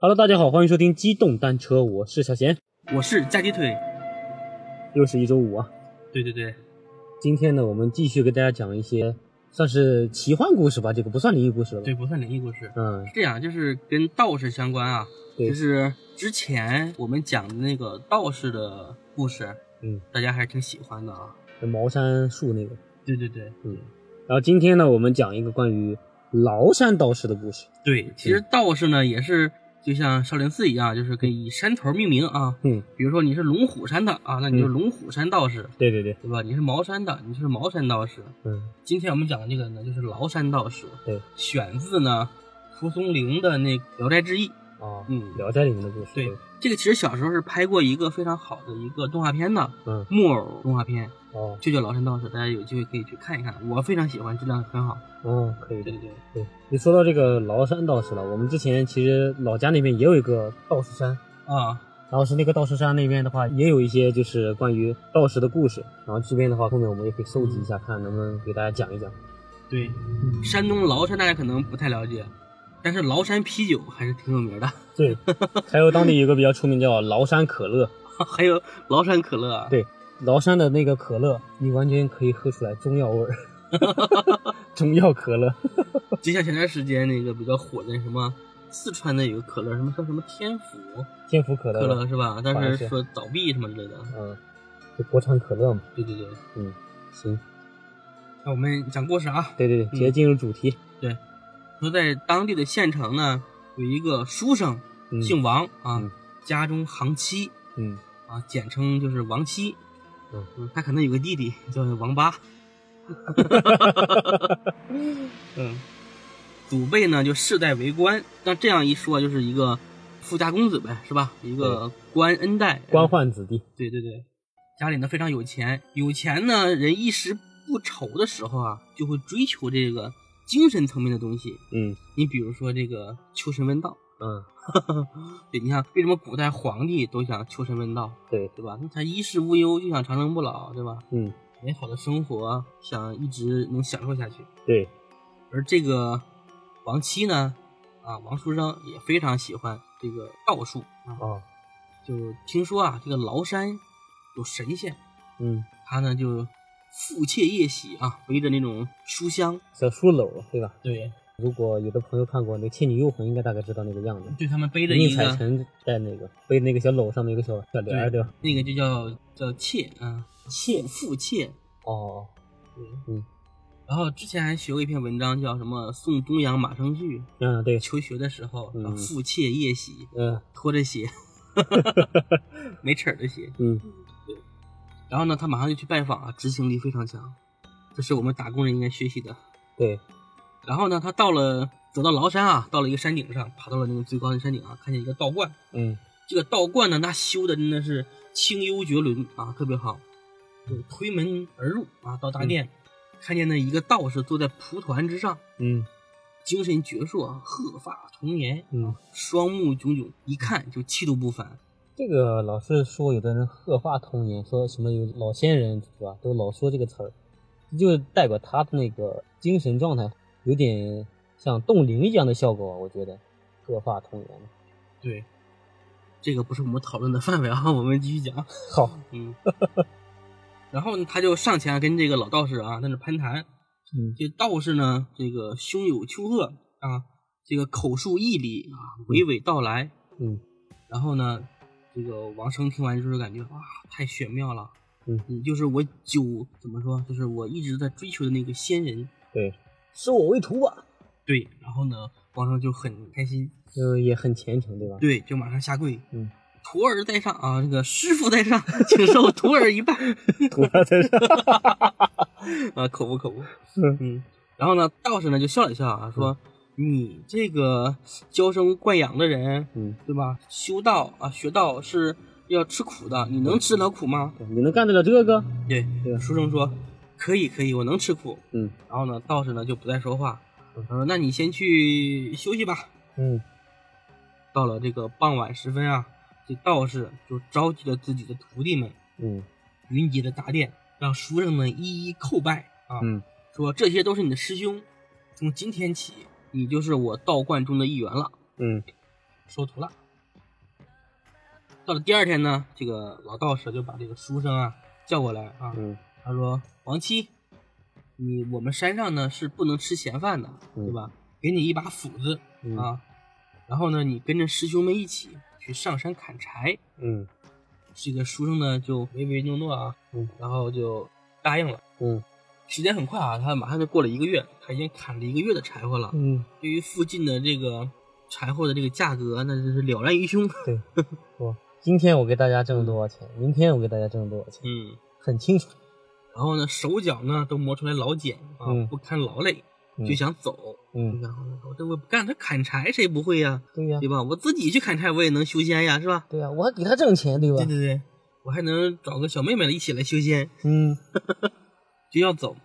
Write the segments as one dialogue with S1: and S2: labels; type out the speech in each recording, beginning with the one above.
S1: Hello，大家好，欢迎收听机动单车，我是小贤，
S2: 我是炸鸡腿。
S1: 又是一周五啊。
S2: 对对对，
S1: 今天呢，我们继续给大家讲一些算是奇幻故事吧，这个不算灵异故事了吧。
S2: 对，不算灵异故事，
S1: 嗯，
S2: 是这样，就是跟道士相关啊。
S1: 对
S2: 就是之前我们讲的那个道士的故事，
S1: 嗯，
S2: 大家还是挺喜欢的啊。
S1: 这茅山术那个。嗯
S2: 对对对
S1: 然后今天呢，我们讲一个关于崂山道士的故事。
S2: 对，其实道士呢也是就像少林寺一样，就是可以以山头命名啊。
S1: 嗯，
S2: 比如说你是龙虎山的啊，那你
S1: 嗯
S2: 就龙虎山道士，
S1: 对对对，
S2: 对吧？你是茅山的，你就是茅山道士。
S1: 嗯，
S2: 今天我们讲的这个呢，就是崂山道士。
S1: 对，
S2: 选自呢蒲松龄的那《聊斋志异》。
S1: 啊，
S2: 嗯
S1: 聊斋里面的故事。
S2: 对，这个其实小时候是拍过一个非常好的一个动画片的
S1: 嗯，
S2: 木偶动画片，
S1: 哦，
S2: 就叫《崂山道士》，大家有机会可以去看一看，我非常喜欢，质量很好。
S1: 嗯，可以
S2: 对
S1: 的
S2: 对。对，
S1: 对，你说到这个崂山道士了，我们之前其实老家那边也有一个道士山，
S2: 啊，
S1: 然后是那个道士山那边的话，也有一些就是关于道士的故事。然后这边的话，后面我们也可以收集一下，看能不能给大家讲一讲。
S2: 对，山东崂山大家可能不太了解，但是崂山啤酒还是挺有名的，
S1: 对，还有当地有个比较出名叫崂山可乐，
S2: 还有崂山可乐啊。
S1: 对崂山的那个可乐，你完全可以喝出来中药 味儿，中药可乐。
S2: 就像前段时间那个比较火的什么。四川的有个可乐，什么叫什么天府
S1: 天府可
S2: 可
S1: 乐，
S2: 乐是吧？
S1: 好
S2: 但
S1: 像是
S2: 是说倒闭什么之类的。
S1: 嗯，就国产可乐嘛。
S2: 对对对，
S1: 嗯，行，
S2: 那我们讲故事啊。
S1: 对对对，直接进入主题。
S2: 说在当地的县城呢，有一个书生，
S1: 嗯，
S2: 姓王啊，
S1: 嗯
S2: 家中行七
S1: 嗯
S2: 啊，简称就是王七。
S1: 嗯
S2: 他可能有个弟弟叫王八。 嗯，祖辈呢就世代为官，那这样一说就是一个富家公子呗，是吧？一个官恩戴，
S1: 官宦子弟。
S2: 对对对，家里呢非常有钱，有钱呢人一时不愁的时候啊，就会追求这个精神层面的东西。
S1: 嗯
S2: 你比如说这个求神问道，
S1: 嗯，
S2: 对，你看为什么古代皇帝都想求神问道，
S1: 对，
S2: 对吧？那他衣食无忧，就想长生不老，对吧？
S1: 嗯
S2: 美好的生活想一直能享受下去。
S1: 对，
S2: 而这个王七呢，啊，王书生也非常喜欢这个道术啊，
S1: 哦，
S2: 就听说啊，这个崂山有神仙，
S1: 嗯，
S2: 他呢就腹切夜喜啊，围着那种书香，
S1: 小书篓对吧？
S2: 对，
S1: 如果有的朋友看过那个《倩女幽魂》，应该大概知道那个样子。
S2: 对他们背着
S1: 宁
S2: 一
S1: 采
S2: 个
S1: 臣在那个背那个小篓上面有个小小帘儿，对吧？
S2: 那个就叫叫妾啊，妾腹妾，
S1: 哦，
S2: 对，
S1: 嗯。
S2: 然后之前还学过一篇文章，叫什么《送东阳马生绪
S1: 嗯，对》，，
S2: 求学的时候，
S1: 嗯
S2: 啊腹切夜喜，
S1: 嗯
S2: 拖着 鞋，没齿儿的鞋。
S1: 嗯，
S2: 然后呢，他马上就去拜访啊，执行力非常强，这是我们打工人应该学习的。
S1: 嗯对，
S2: 然后呢，他到了走到崂山啊，到了一个山顶上，爬到了那个最高的山顶啊，看见一个道观。
S1: 嗯
S2: 这个道观呢，那修的真的是清幽绝伦啊，特别好。就推门而入啊，到大殿，看见那一个道士坐在蒲团之上，
S1: 嗯
S2: 精神矍铄啊，鹤发童颜，
S1: 嗯，
S2: 双目炯炯，一看就气度不凡。
S1: 这个老是说有的人鹤发童颜，说什么有老仙人是吧？都老说这个词儿，就代表他的那个精神状态有点像冻龄一样的效果，我觉得鹤发童颜。
S2: 对，这个不是我们讨论的范围啊， 我们继续讲。
S1: 好，
S2: 嗯， 然后呢，他就上前跟这个老道士啊，在那攀谈。
S1: 嗯
S2: 这道士呢，这个胸有丘壑啊，这个口述义理啊，娓娓道来。
S1: 嗯
S2: 然后呢，这个王生听完之后感觉哇，太玄妙了。
S1: 嗯，
S2: 就是我久怎么说，就是我一直在追求的那个仙人。
S1: 对，收我啊为徒吧，
S2: 对，然后呢，王生就很开心，
S1: 嗯，也很虔诚， 对吧？
S2: 对，就马上下跪。
S1: 嗯，
S2: 徒儿在上啊，这个师傅在上，请受徒儿一拜。
S1: 徒儿在上，
S2: 啊，口不口不。
S1: 嗯
S2: 嗯，然后呢，道士呢就笑了笑啊，说：“你这个娇生惯养的人，
S1: 嗯，
S2: 对吧？修道啊，学道是要吃苦的，你能吃得了苦吗
S1: 你能干得了这个？？”
S2: 对，
S1: 对啊
S2: 书生说：“可以，可以，我能吃苦。
S1: 嗯”
S2: 然后呢，道士呢就不再说话
S1: 嗯，
S2: 他说：“那你先去休息吧。
S1: 嗯”
S2: 到了这个傍晚时分啊，这道士就召集了自己的徒弟们，
S1: 嗯
S2: 云集了大殿，让书生们一一叩拜啊。
S1: 嗯
S2: 说这些都是你的师兄，从今天起，你就是我道观中的一员了。
S1: 嗯
S2: 收徒了。到了第二天呢，这个老道士就把这个书生啊叫过来啊，
S1: 嗯
S2: 他说：“王七，你我们山上呢是不能吃闲饭的，
S1: 嗯
S2: 对吧？给你一把斧子
S1: 嗯
S2: 啊，然后呢，你跟着师兄们一起去上山砍柴。”
S1: 嗯
S2: 这个书生呢就唯唯诺诺啊，
S1: 嗯
S2: 然后就答应了。
S1: 嗯
S2: 时间很快啊，他马上就过了一个月，他已经砍了一个月的柴火了。
S1: 嗯，
S2: 对于附近的这个柴火的这个价格，啊那真是了然于胸。
S1: 嗯我今天我给大家挣了多少钱，明天我给大家挣了多少钱，
S2: 嗯，
S1: 很清楚。
S2: 然后呢，手脚呢都磨出来老茧啊，
S1: 嗯
S2: 不堪劳累，
S1: 嗯
S2: 就想走。
S1: 嗯，
S2: 然后呢，我这我不干，他砍柴谁不会呀、
S1: 对呀、
S2: 对吧？我自己去砍柴我也能修仙呀，是吧？
S1: 对呀、我还给他挣钱，对吧？
S2: 对对对，我还能找个小妹妹一起来修仙，
S1: 嗯
S2: 就要走。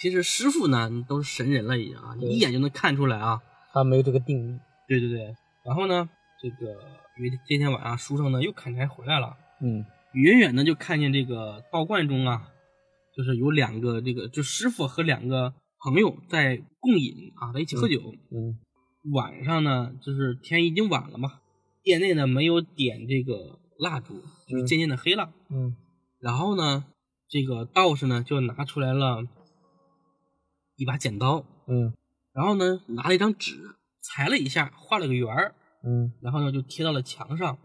S2: 其实师傅呢都是神人了已经啊，你
S1: 对
S2: 一眼就能看出来啊。
S1: 他没有这个定义。
S2: 对对对，然后呢，这个因为今天晚上书生呢又砍柴回来了，
S1: 嗯
S2: 远远的就看见这个道观中啊，就是有两个这个就师傅和两个朋友在共饮啊，在一起喝酒。
S1: 嗯
S2: 晚上呢，就是天已经晚了嘛，店内呢没有点这个蜡烛，就是
S1: 嗯
S2: 渐渐的黑了。
S1: 嗯
S2: 然后呢，这个道士呢就拿出来了一把剪刀，
S1: 嗯
S2: 然后呢拿了一张纸裁了一下，画了个圆儿。
S1: 嗯
S2: 然后呢就贴到了墙上，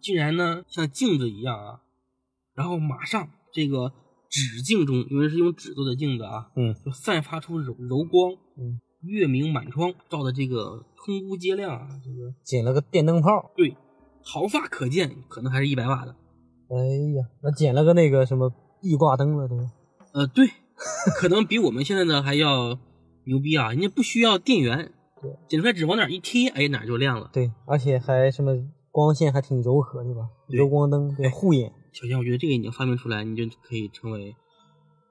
S2: 竟然呢像镜子一样啊，然后马上这个纸镜中，因为是用纸做的镜子啊，
S1: 嗯
S2: 就散发出柔柔光，
S1: 嗯，
S2: 月明满窗，照的这个空屋皆亮啊，这个
S1: 捡了个电灯泡。
S2: 对，毫发可见，可能还是一百瓦的，
S1: 哎呀，那捡了个那个什么壁挂灯了都。
S2: 呃，对，可能比我们现在的还要牛逼啊，人家不需要电源
S1: 对，
S2: 剪出来纸往哪儿一贴，哎，哪儿就亮了。
S1: 对，而且还什么光线还挺柔和，对吧？
S2: 对
S1: 柔光灯对护眼。
S2: 小强，我觉得这个已经发明出来，你就可以成为，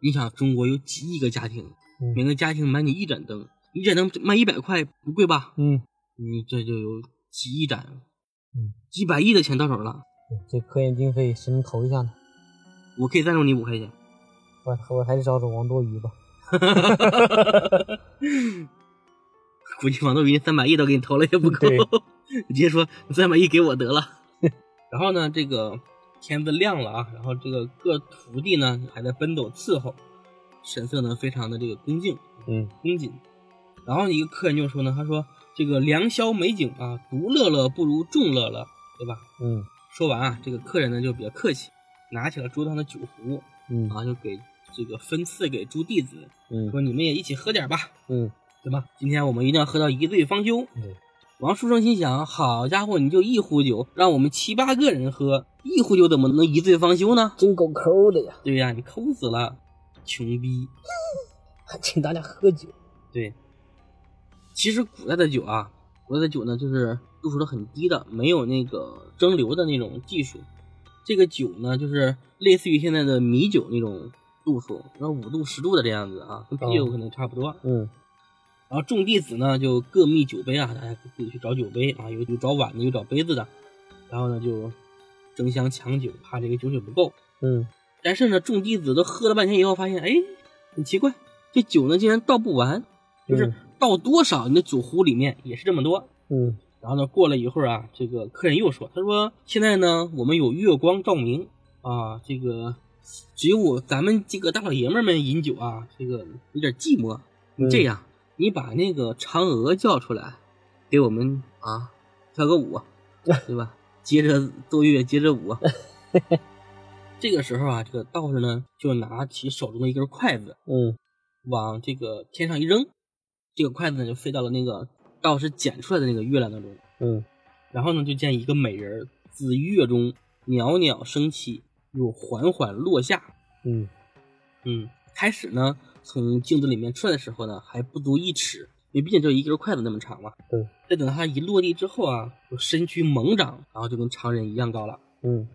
S2: 你想中国有几亿个家庭，
S1: 嗯
S2: 每个家庭买你一盏灯，一盏灯卖一百块，不贵吧？
S1: 嗯，
S2: 你这就有几亿盏，
S1: 嗯，
S2: 几百亿的钱到手了，
S1: 这科研经费谁能投一下呢？
S2: 我可以赞助你五块钱。
S1: 我我还是找找王多鱼吧。
S2: 估计王多云三百亿都给你投了也不够
S1: 对，
S2: 你直接说你三百亿给我得了。 然后呢，这个天子亮了啊，然后这个各徒弟呢还在奔走伺候，神色呢非常的这个恭敬。
S1: 嗯
S2: 风景。然后一个客人就说呢，他说这个良宵美景啊，独乐乐不如众乐乐，对吧？
S1: 嗯
S2: 说完啊，这个客人呢就比较客气，拿起了桌上的酒壶，
S1: 嗯
S2: 然后就给这个分赐给诸弟子，
S1: 嗯
S2: 说你们也一起喝点吧，
S1: 嗯
S2: 对吧？今天我们一定要喝到一醉方休。
S1: 嗯
S2: 王书生心想：好家伙，你就一壶酒，让我们七八个人喝，一壶酒怎么能一醉方休呢？
S1: 真够抠的呀！
S2: 对呀、你抠死了，穷逼！
S1: 还请大家喝酒。
S2: 对，其实古代的酒啊，古代的酒呢，就是度数都很低的，没有那个蒸馏的那种技术。这个酒呢，就是类似于现在的米酒那种度数，然后五度、十度的这样子啊，跟啤酒可能差不多。
S1: 嗯
S2: 然后众弟子呢，就各觅酒杯啊，大家自己去找酒杯啊，有有找碗的，有找杯子的，然后呢就争相抢酒，怕这个酒水不够。
S1: 嗯
S2: 但是呢，众弟子都喝了半天以后，发现哎，很奇怪，这酒呢竟然倒不完，就是
S1: 嗯
S2: 倒多少，你的酒壶里面也是这么多。
S1: 嗯
S2: 然后呢，过了一会儿啊，这个客人又说，他说现在呢，我们有月光照明啊，这个只有咱们几个大老爷们儿们饮酒啊，这个有点寂寞。你
S1: 嗯
S2: 这样，你把那个嫦娥叫出来，给我们啊跳个舞，对吧？接着奏乐，接着舞。这个时候啊，这个道士呢就拿起手中的一根筷子，
S1: 嗯
S2: 往这个天上一扔，这个筷子呢就飞到了那个道士捡出来的那个月亮当中。
S1: 嗯
S2: 然后呢，就见一个美人儿自月中袅袅升起，又缓缓落下。
S1: 嗯
S2: 嗯，开始呢，从镜子里面出来的时候呢，还不足一尺，因为毕竟只有一根筷子那么长嘛。
S1: 对。
S2: 再等它一落地之后啊，就身躯猛长，然后就跟常人一样高了。
S1: 嗯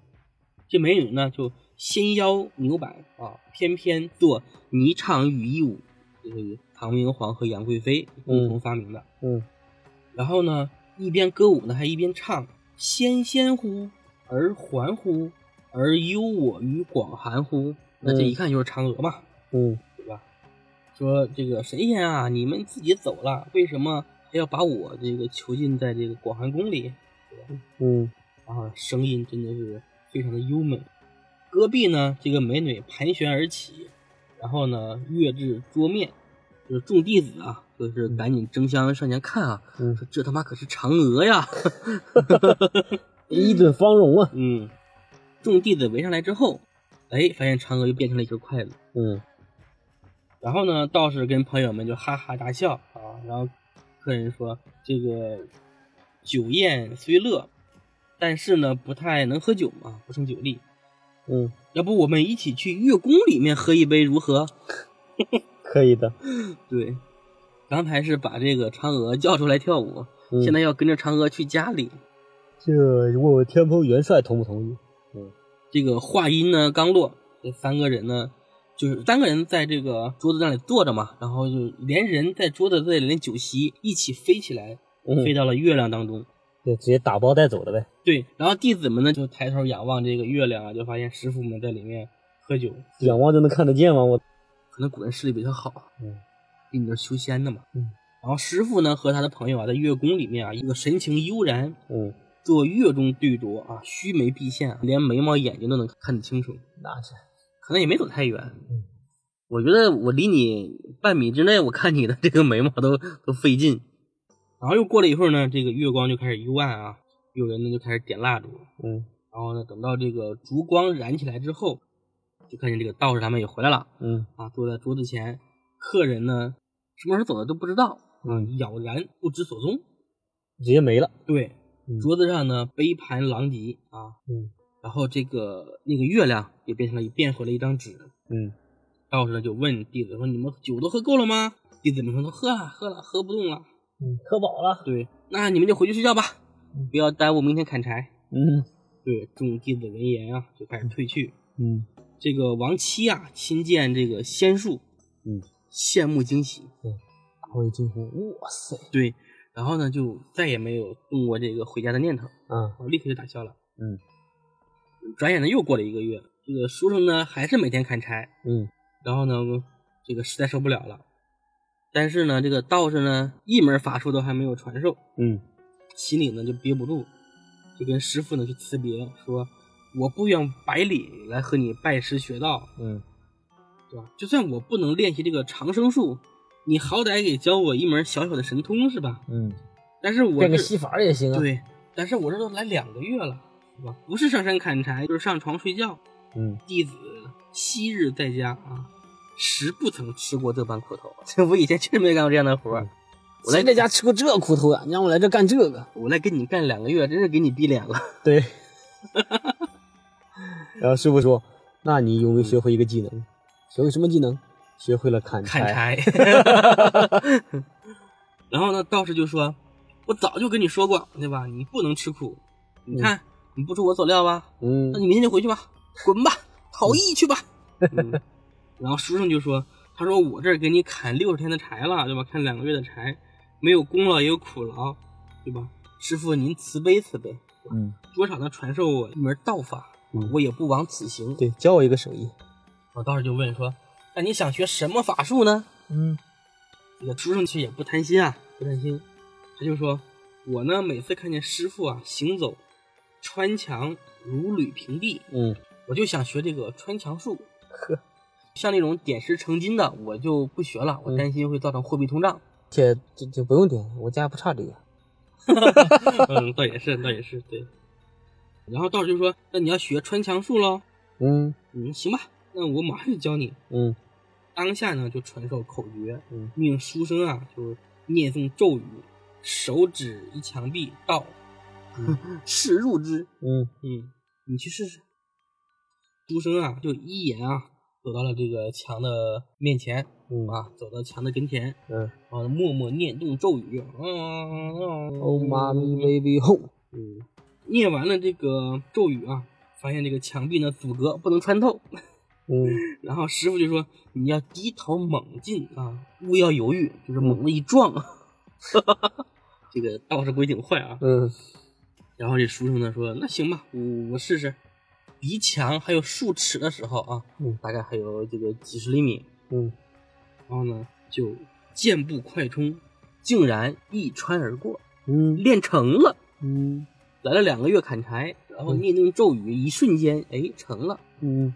S2: 这美女呢，就纤腰扭摆啊，翩翩做霓裳羽衣舞，这是唐明皇和杨贵妃共同发明的。
S1: 嗯
S2: 然后呢，一边歌舞呢，还一边唱：“纤纤乎而环乎，而忧我于广寒乎。”那这一看就是嫦娥嘛，
S1: 嗯
S2: 说这个哎神仙啊，你们自己走了，为什么还要把我这个囚禁在这个广寒宫里？对吧？
S1: 嗯
S2: 然后声音真的是非常的优美。戈壁呢，这个美女盘旋而起，然后呢跃至桌面，就是众弟子啊，就是赶紧争相上前看啊，
S1: 嗯，
S2: 说这他妈可是嫦娥呀！
S1: 一顿芳容啊，
S2: 嗯，众弟子围上来之后，哎，发现嫦娥又变成了一根筷子。
S1: 嗯
S2: 然后呢，道士跟朋友们就哈哈大笑啊。然后客人说：“这个酒宴虽乐，但是呢不太能喝酒嘛，不胜酒力。
S1: 嗯，
S2: 要不我们一起去月宫里面喝一杯如何
S1: 可以的，？”
S2: 对，刚才是把这个嫦娥叫出来跳舞，
S1: 嗯、
S2: 现在要跟着嫦娥去家里。
S1: 这问问天蓬元帅同不同意？
S2: 这个话音呢刚落，这三个人呢，就是三个人在这个桌子那里坐着嘛，然后就连人在桌子这里连酒席一起飞起来，
S1: 嗯，
S2: 飞到了月亮当中。
S1: 就直接打包带走了呗，
S2: 对，然后弟子们呢就抬头仰望这个月亮啊，就发现师傅们在里面喝酒，
S1: 仰望就能看得见吗？我，
S2: 可能古人视力比较好，啊
S1: 嗯，
S2: 因为你是修仙的嘛，
S1: 嗯。
S2: 然后师傅呢和他的朋友啊，在月宫里面啊，一个神情悠然，
S1: 嗯，
S2: 做月中对酌啊，须眉毕现啊，连眉毛眼睛都能看得清楚，
S1: 那是，
S2: 可能也没走太远。
S1: 嗯
S2: 我觉得我离你半米之内，我看你的这个眉毛都都费劲。然后又过了一会儿呢，这个月光就开始幽暗啊，有人呢就开始点蜡烛，
S1: 嗯
S2: 然后呢，等到这个烛光燃起来之后，就看见这个道士他们也回来了
S1: 嗯
S2: 啊，坐在桌子前，客人呢什么时候走的都不知道，
S1: 嗯，
S2: 杳然不知所踪。
S1: 直接没了，
S2: 对，
S1: 嗯
S2: 桌子上呢杯盘狼藉啊，
S1: 嗯
S2: 然后这个那个月亮也变成了变回了一张纸。
S1: 嗯
S2: 道士呢就问弟子说：“你们酒都喝够了吗？”弟子们说：“都喝了，喝了，喝不动了。
S1: 嗯，喝饱”了，
S2: 对，那你们就回去睡觉吧
S1: 嗯，
S2: 不要耽误明天砍柴。
S1: 嗯
S2: 对，众弟子闻言啊，就开始退去。
S1: 嗯，
S2: 这个王七啊，亲见这个仙术，
S1: 嗯，
S2: 羡慕惊喜，
S1: 大会惊呼，哇塞，
S2: 对，然后呢，就再也没有动过这个回家的念头，
S1: 啊，
S2: 我立刻就打消了。
S1: 嗯，
S2: 转眼呢，又过了一个月，这个叔叔呢，还是每天砍柴，
S1: 嗯
S2: 然后呢，这个实在受不了了，但是呢，这个道士呢，一门法术都还没有传授，
S1: 嗯
S2: 心里呢就憋不住，就跟师傅呢去辞别，说我不远百里来和你拜师学道，
S1: 嗯
S2: 对吧？就算我不能练习这个长生术，你好歹也教我一门小小的神通是吧？
S1: 嗯，
S2: 但是我
S1: 变个
S2: 这
S1: 戏法儿也行啊，，
S2: 对，但是我这都来两个月了，是吧？不是上山砍柴，就是上床睡觉。
S1: 嗯，
S2: 弟子昔日在家啊，实不曾吃过这般苦头。 这我以前确实没干过这样的活
S1: 嗯
S2: 儿，我来
S1: 谁在家吃过这苦头呀？你让我来这干这个，
S2: 我来跟你干两个月，真是给你逼脸了。
S1: 对， 然后师傅说，那你有没有学会一个技能？学会什么技能？学会了砍柴，
S2: 砍 柴。然后呢，道士就说：“我早就跟你说过，对吧？你不能吃苦。你看，你不出我所料吧？
S1: 嗯
S2: 那你明天就回去吧，滚吧，逃逸去吧。嗯” 然后书生就说：“他说我这儿给你砍六十天的柴了，对吧？砍两个月的柴，没有功劳也有苦劳，对吧？师傅您慈悲慈悲，
S1: 嗯，
S2: 多少呢传授我一门道法，
S1: 嗯
S2: 我也不枉此行。”
S1: 对，教我一个手艺，
S2: 我道士就问说：“那你想学什么法术呢？”
S1: 嗯
S2: 这个书生却也不贪心啊，不贪心，他就说：“我呢，每次看见师傅啊行走，穿墙如履平地，
S1: 嗯。
S2: 我就想学这个穿墙术。呵， 像那种点石成金的，我就不学了，我担心会造成货币通胀。
S1: 且就就不用点，我家不差这个。
S2: 嗯，倒也是，倒也是，对。然后道士就说：‘那你要学穿墙术喽？’
S1: 嗯
S2: 嗯，行吧，那我马上就教你。
S1: 嗯
S2: 当下呢就传授口诀，
S1: 嗯
S2: 命书生啊就是念诵咒语，手指一墙壁，道：“ 是入之。
S1: 嗯”
S2: 嗯，你去试试。书生啊就一眼啊走到了这个墙的面前
S1: 嗯
S2: 啊，走到墙的跟前，
S1: 嗯
S2: 然后默默念动咒语，嗯
S1: ，Oh mommy baby home。
S2: 嗯，念完了这个咒语啊，发现这个墙壁呢阻隔不能穿透，
S1: 嗯
S2: 然后师傅就说：“你要低头猛进啊，勿要犹豫，就是猛地一撞。这个道士鬼挺坏啊。
S1: 嗯
S2: 然后这书生呢说：“那行吧，我我试试。”离墙还有数尺的时候啊，
S1: 嗯
S2: 大概还有这个几十厘米，
S1: 嗯，
S2: 然后呢就箭步快冲，竟然一穿而过，
S1: 嗯
S2: 练成了。
S1: 嗯
S2: 来了两个月砍柴，然后念动咒语，一瞬间哎成了，
S1: 嗯，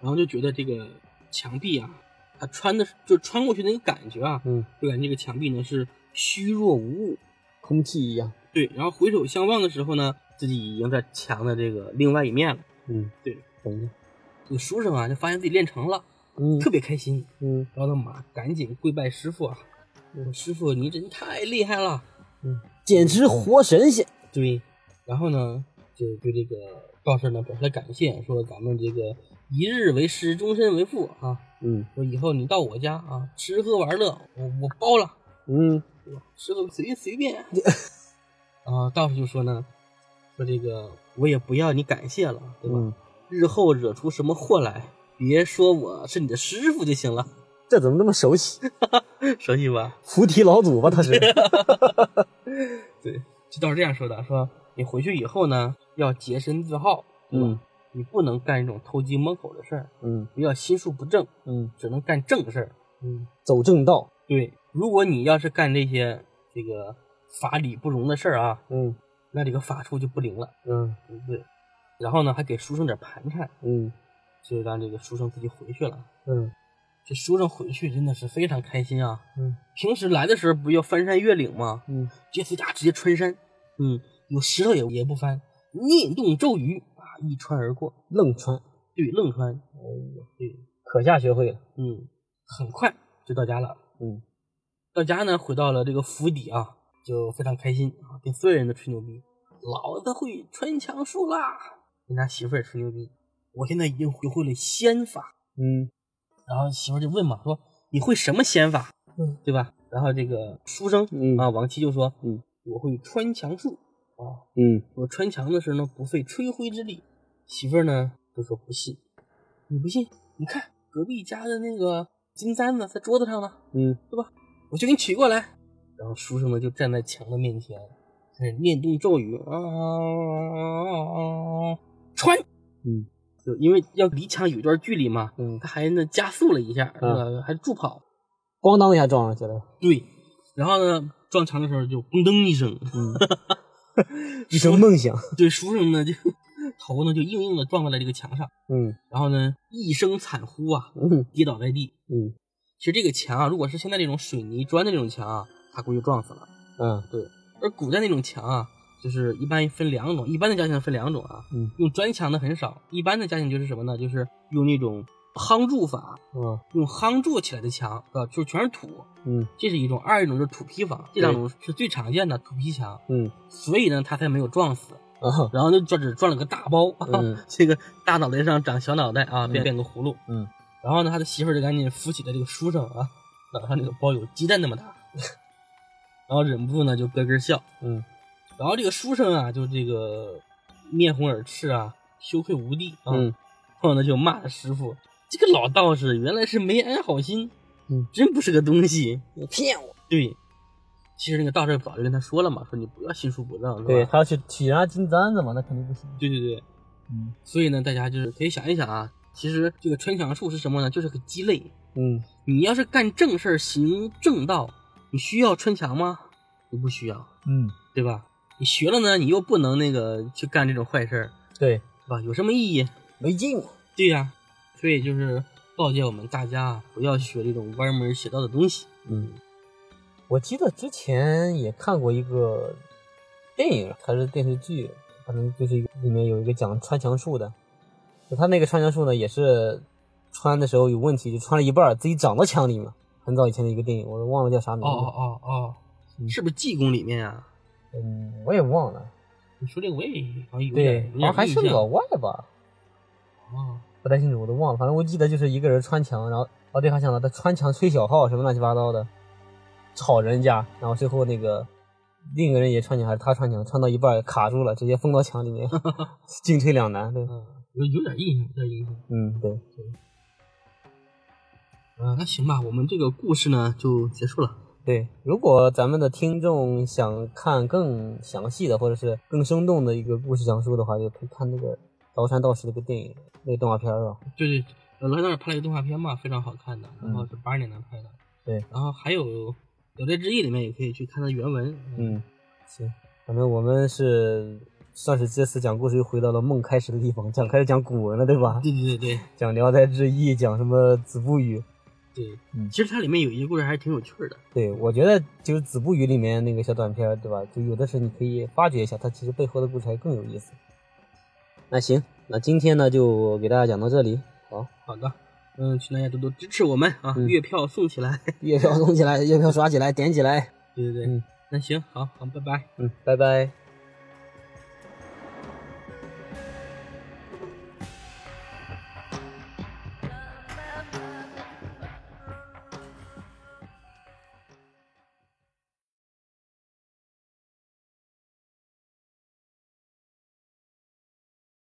S2: 然后就觉得这个墙壁啊，它穿的就穿过去那个感觉啊，
S1: 嗯，
S2: 就感觉这个墙壁呢是虚弱无物，
S1: 空气一样，
S2: 对，然后回首相望的时候呢，自己已经在墙的这个另外一面了。
S1: 嗯，
S2: 对，
S1: 等一下，
S2: 这个书生啊，就发现自己练成了，
S1: 嗯
S2: 特别开心。
S1: 嗯
S2: 然后他妈赶紧跪拜师傅啊，我说师傅你真太厉害了。
S1: 嗯，简直活神仙，
S2: 对，然后呢，就对这个道士呢表示了感谢，说咱们这个一日为师，终身为父啊。
S1: 嗯
S2: 说以后你到我家啊，吃喝玩乐我我包了，
S1: 嗯
S2: 对吧？吃喝随随便。 啊，道士就说呢，说这个我也不要你感谢了，对吧？
S1: 嗯，
S2: 日后惹出什么祸来，别说我是你的师傅就行了，
S1: 这怎么这么熟悉？
S2: 熟悉吧？
S1: 菩提老祖吧，他 是，
S2: 对，这道是这样说的：说你回去以后呢，要洁身自好，对吧？
S1: 嗯
S2: 你不能干这种偷鸡摸狗的事儿，
S1: 嗯
S2: 不要心术不正，
S1: 嗯，
S2: 只能干正事儿。嗯，
S1: 走正道，
S2: 对，如果你要是干这些这个法理不容的事儿啊，
S1: 嗯
S2: 那这个法术就不灵了，
S1: 嗯
S2: 对不对？然后呢，还给书生点盘缠，
S1: 嗯
S2: 就让这个书生自己回去了。
S1: 嗯
S2: 这书生回去真的是非常开心啊！
S1: 嗯
S2: 平时来的时候不要翻山越岭吗？
S1: 嗯，
S2: 这次他直接穿山，嗯，有石头也也不翻，念动咒语啊，一穿而过，
S1: 愣穿，
S2: 对，愣穿，对，
S1: 哎可下学会了，
S2: 嗯，很快就到家了。
S1: 嗯
S2: 到家呢，回到了这个府邸啊，就非常开心啊，跟所有人都吹牛逼，老子会穿墙术啦，跟他媳妇儿也吹牛逼，我现在已经学会了仙法。
S1: 嗯
S2: 然后媳妇儿就问嘛，说你会什么仙法？
S1: 嗯，
S2: 对吧？然后这个书生、
S1: 嗯
S2: 啊，王七就说，
S1: 嗯，
S2: 我会穿墙术啊。
S1: 嗯
S2: 我穿墙的时候呢，不费吹灰之力。媳妇儿呢就说不信，你不信？你看隔壁家的那个金簪子在桌子上呢，
S1: 嗯
S2: 我去给你取过来。然后书生呢就站在墙的面前，开始念动咒语啊，穿，
S1: 嗯，
S2: 就因为要离墙有一段距离嘛，
S1: 嗯，
S2: 他还呢加速了一下，
S1: 嗯
S2: 呃，还助跑。
S1: 咣当一下撞上去了，
S2: 对，然后呢撞墙的时候就嘣噔一声，
S1: 嗯， 一声梦想，
S2: 对，书生呢就 头呢就硬硬的撞在了这个墙上。
S1: 嗯
S2: 然后呢，一声惨呼啊，
S1: 嗯
S2: 跌倒在地。
S1: 嗯
S2: 其实这个墙啊，如果是现在这种水泥砖的这种墙啊，他估计撞死了。
S1: 啊
S2: 而古代那种墙啊，就是一般分两种，一般的家庭分两种啊，
S1: 嗯
S2: 用砖墙的很少，一般的家庭就是什么呢？就是用那种夯筑法，
S1: 啊
S2: 用夯筑起来的墙，啊，就是全是土，
S1: 嗯
S2: 这是一种；二一种就是土坯房，这两种是最常见的土坯墙，
S1: 嗯
S2: 所以呢，他才没有撞死。
S1: 啊
S2: 然后就转只转了个大包，
S1: 嗯
S2: 这个大脑袋上长小脑袋啊，变变个葫芦。
S1: 嗯，
S2: 然后呢，他的媳妇儿就赶紧扶起了这个书生啊，脑上那个包有鸡蛋那么大， 然后忍不住呢就咯咯笑。
S1: 嗯
S2: 然后这个书生啊，就这个面红耳赤啊，羞愧无地啊，
S1: 嗯
S2: 然后呢就骂他师傅，这个老道士原来是没安好心，
S1: 嗯，
S2: 真不是个东西。
S1: 你骗我，
S2: 对，其实那个道士早就跟他说了嘛，说你不要心术不正，是吧
S1: 对，他要去取人家金簪子嘛，那肯定不行，
S2: 对对对。
S1: 嗯
S2: 所以呢，大家就是可以想一想啊，其实这个穿墙术是什么呢？就是个鸡肋。
S1: 嗯
S2: 你要是干正事儿、行正道，你需要穿墙吗？你不需要，
S1: 嗯，
S2: 对吧？你学了呢，你又不能那个去干这种坏事儿，
S1: 对，
S2: 对吧？有什么意义？
S1: 没劲啊，
S2: 对呀、所以就是告诫我们大家啊，不要学这种歪门邪道的东西。
S1: 嗯，我记得之前也看过一个电影还是电视剧，反正就是里面有一个讲穿墙术的，就他那个穿墙术呢，也是穿的时候有问题，就穿了一半儿自己长到墙里面。很早以前的一个电影，我都忘了叫啥名
S2: 哦
S1: 字，
S2: 哦哦哦，
S1: 嗯
S2: 是不是济公里面啊？
S1: 嗯，我也忘了。
S2: 你说这个我也好像有
S1: 对
S2: 点，
S1: 好像还是老
S2: 老
S1: 外吧，
S2: 哦
S1: 不太清楚，我都忘了。反正我记得就是一个人穿墙，然后哦对，还想到他穿墙吹小号什么乱七八糟的，吵人家，然后最后那个另一个人也穿墙，还是他穿墙，穿到一半卡住了，直接封到墙里面，进退两难。对，
S2: 嗯，有有点印象，有点印象。
S1: 嗯，对，
S2: 啊，那行吧，我们这个故事呢就结束了。
S1: 对。如果咱们的听众想看更详细的，或者是更生动的一个故事讲述的话，就可以看那个《刀山道士》那个电影，那个动画片儿吧。
S2: 对对，呃，罗兰道尔拍了一个动画片嘛，非常好看的，然后
S1: 嗯
S2: 是八十年代拍的。
S1: 对
S2: 然后还有《
S1: 嗯
S2: 聊斋志异》里面也可以去看它原文。，
S1: 嗯，行，反正我们是算是这次讲故事又回到了梦开始的地方，讲开始讲古文了，对吧？
S2: 对对对对
S1: 讲《聊斋志异》，讲什么《子不语》。
S2: 对，
S1: 嗯
S2: 其实它里面有一个故事还是挺有趣儿的。
S1: 对，我觉得就是《子不语》里面那个小短片儿，对吧？就有的时候你可以发掘一下，它其实背后的故事还更有意思。那行，那今天呢就给大家讲到这里。 好，
S2: 好的，嗯，请大家多多支持我们啊，
S1: 嗯
S2: 月票送起来。
S1: 月票送起来，月票刷起来，点起来。
S2: 对对对，
S1: 嗯
S2: 那行，好好，拜拜。
S1: 嗯，拜拜。